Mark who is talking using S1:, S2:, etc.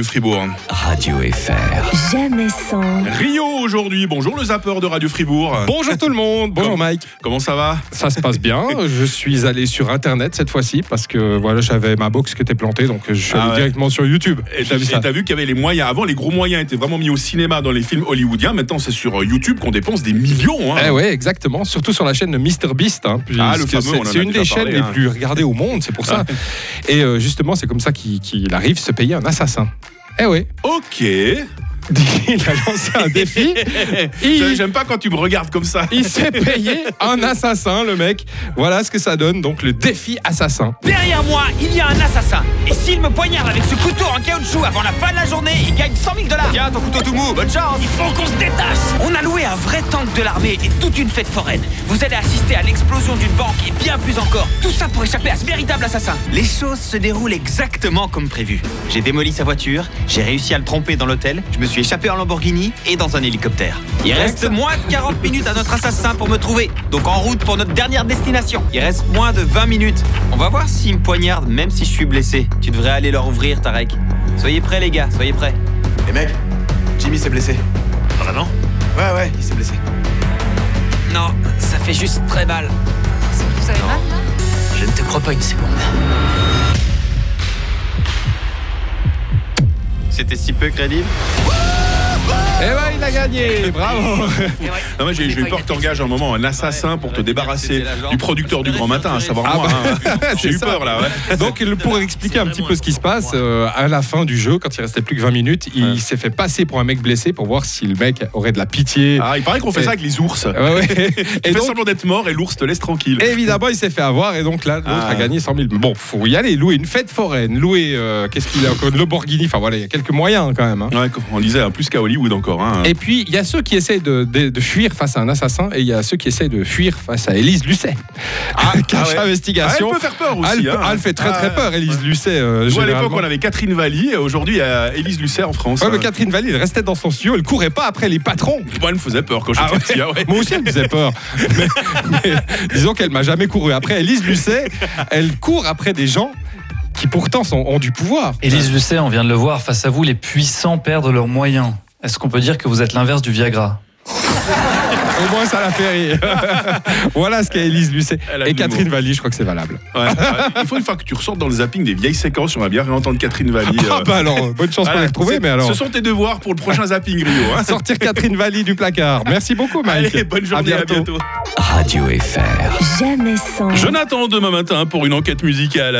S1: de Fribourg.
S2: Radio FR.
S3: Jamais sans,
S1: Rio aujourd'hui, bonjour le zappeur de Radio Fribourg.
S4: Bonjour tout le monde, bonjour
S1: Comme-
S4: Mike.
S1: Comment ça va
S4: Ça se passe bien. Je suis allé sur internet cette fois-ci parce que voilà, j'avais ma box qui était plantée, donc euh, je suis
S1: Ah
S4: allé
S1: ouais.
S4: directement sur YouTube.
S1: Et
S4: J'ai
S1: t'as
S4: vu ça.
S1: et t'as vu qu'il y avait les moyens. Avant, les gros moyens étaient vraiment mis au cinéma dans les films hollywoodiens. Maintenant, c'est sur euh, YouTube qu'on dépense des millions. hein.
S4: Eh ouais, exactement. Surtout sur la chaîne de Mr Beast. hein,
S1: Ah, le
S4: puisque
S1: fameux, on
S4: c'est-
S1: en a
S4: C'est une
S1: déjà
S4: des
S1: parlé,
S4: chaînes les
S1: hein.
S4: plus regardées au monde, c'est pour ça. Et euh, justement, c'est comme ça qu'il qu'il arrive se payer un assassin. Eh ouais,
S1: Ok.
S4: il a lancé un défi.
S1: J'aime-
S4: Il,
S1: J'aime pas quand tu me regardes comme ça.
S4: il s'est payé un assassin, le mec. Voilà ce que ça donne, donc le défi assassin.
S5: Derrière moi, il y a un assassin. Et s'il me poignarde avec ce couteau en caoutchouc avant la fin de la journée, il gagne 100 000 dollars. Tiens, ton couteau tout mou, bonne chance. Il faut qu'on se détache. On a loué un vrai tank de l'armée et toute une fête foraine. Vous allez assister à l'explosion d'une banque et bien plus encore. Tout ça pour échapper à ce véritable assassin. Les choses se déroulent exactement comme prévu. J'ai démoli sa voiture, j'ai réussi à le tromper dans l'hôtel, je me suis échappé en Lamborghini et dans un hélicoptère. Il reste moins de 40 minutes à notre assassin pour me trouver. Donc en route pour notre dernière destination. Il reste moins de 20 minutes. On va voir s'il me poignarde, même si je suis blessé. Tu devrais aller leur ouvrir, Tarek. Soyez prêts, les gars, soyez prêts.
S6: Les mecs, Eh, Jimmy s'est blessé.
S5: Vraiment
S6: Ouais, ouais, il s'est blessé.
S5: Ah, Non, ça fait juste très mal.
S7: Vous avez mal
S5: Je ne te crois pas une seconde. C'était si peu crédible
S4: Eh ouais, il a gagné. Bravo.
S1: Non, moi, j'ai j'ai eu peur que t'engages un moment un assassin pour te débarrasser du producteur du grand matin, à savoir
S4: Ah
S1: moi. hein. J'ai
S4: C'est
S1: eu
S4: ça.
S1: peur là. ouais.
S4: Donc, le- pour expliquer un petit peu ce qui se passe, euh, à la fin du jeu, quand il restait plus que 20 minutes, il s'est fait passer pour un mec blessé pour voir si le mec aurait de la pitié.
S1: Ah, il paraît qu'on fait
S4: Et-
S1: ça avec les ours.
S4: Ouais, ouais.
S1: Tu
S4: Et
S1: fais
S4: donc,
S1: semblant d'être mort et l'ours te laisse tranquille.
S4: évidemment, il s'est fait avoir et donc là, l'autre
S1: Ah.
S4: a gagné 100 000. Bon, faut y aller, louer une fête foraine, louer, euh, qu'est-ce qu'il a encore, le Borghini, enfin voilà, il y a quelques moyens quand même. hein.
S1: Ouais, on disait hein, plus qu'à Hollywood encore. hein.
S4: Et puis, il y a ceux qui essaient de, de- de fuir face à un assassin et il y a ceux qui essaient de fuir face à Élise Lucet. Cache
S1: ouais. Ah, elle
S4: investigation.
S1: peut faire peur aussi.
S4: Elle,
S1: hein.
S4: elle fait très
S1: Ah,
S4: très
S1: ouais.
S4: peur, Élise Lucet. euh,
S1: Nous, à l'époque,
S4: généralement.
S1: on avait Catherine Valli, et aujourd'hui, il y a Élise Lucet en France.
S4: Ouais, mais
S1: Hein.
S4: Catherine Valli, elle restait dans son studio, elle courait pas après les patrons.
S1: Moi, elle me faisait peur quand j'étais
S4: Ah ouais.
S1: petit. ah ouais.
S4: Moi aussi, elle me faisait peur. Mais, mais disons qu'elle m'a jamais couru. Après, Elise Lucet, elle court après des gens qui pourtant sont, ont du pouvoir.
S8: Élise Lucet, on vient de le voir, face à vous, les puissants perdent leurs moyens. Est-ce qu'on peut dire que vous êtes l'inverse du Viagra
S4: Au moins, ça l'a fait rire. voilà ce qu'est Elise Lucet.
S1: Elle a
S4: Et
S1: de l'humour.
S4: Catherine Valli, je crois que c'est valable.
S1: Ouais. Ouais. Il faut une fois que tu ressortes dans le zapping des vieilles séquences, on va bien réentendre Catherine Valli. euh.
S4: Ah bah alors, bonne chance pour
S1: Voilà.
S4: les retrouver,
S1: C'est-
S4: mais alors... Ah,
S1: Ce sont tes devoirs pour le prochain zapping, Rio. hein.
S4: Sortir Catherine Valli du placard. Merci beaucoup, Mike.
S1: Allez, bonne journée, à bientôt.
S2: Radio FR.
S3: jamais sans.
S1: Jonathan, demain matin, pour une enquête musicale.